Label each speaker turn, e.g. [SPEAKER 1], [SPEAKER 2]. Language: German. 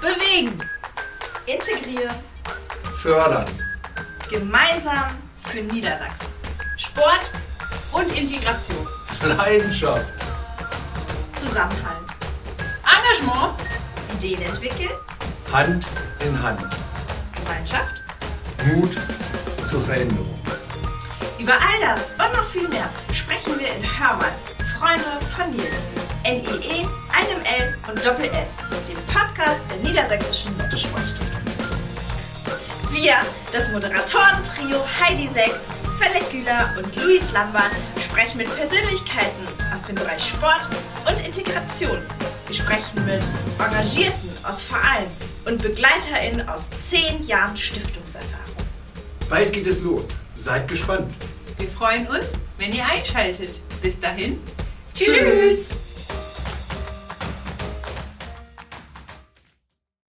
[SPEAKER 1] Pflegen. Integrieren.
[SPEAKER 2] Fördern.
[SPEAKER 1] Gemeinsam für Niedersachsen.
[SPEAKER 3] Sport und Integration.
[SPEAKER 2] Leidenschaft.
[SPEAKER 1] Zusammenhalt.
[SPEAKER 3] Engagement.
[SPEAKER 1] Ideen entwickeln.
[SPEAKER 2] Hand in Hand.
[SPEAKER 1] Gemeinschaft.
[SPEAKER 2] Mut zur Veränderung.
[SPEAKER 1] Über all das und noch viel mehr sprechen wir in Hörmann. Freunde, Familie. NIE, E, einem L und Doppel S. Dem Podcast der Niedersächsischen Lottesportstiftung. Wir, das Moderatoren-Trio Heidi Sechs, Felix Güler und Luis Lambert, sprechen mit Persönlichkeiten aus dem Bereich Sport und Integration. Wir sprechen mit Engagierten aus Vereinen und BegleiterInnen aus zehn Jahren Stiftungserfahrung.
[SPEAKER 2] Bald geht es los. Seid gespannt.
[SPEAKER 3] Wir freuen uns, wenn ihr einschaltet. Bis dahin.
[SPEAKER 1] Tschüss.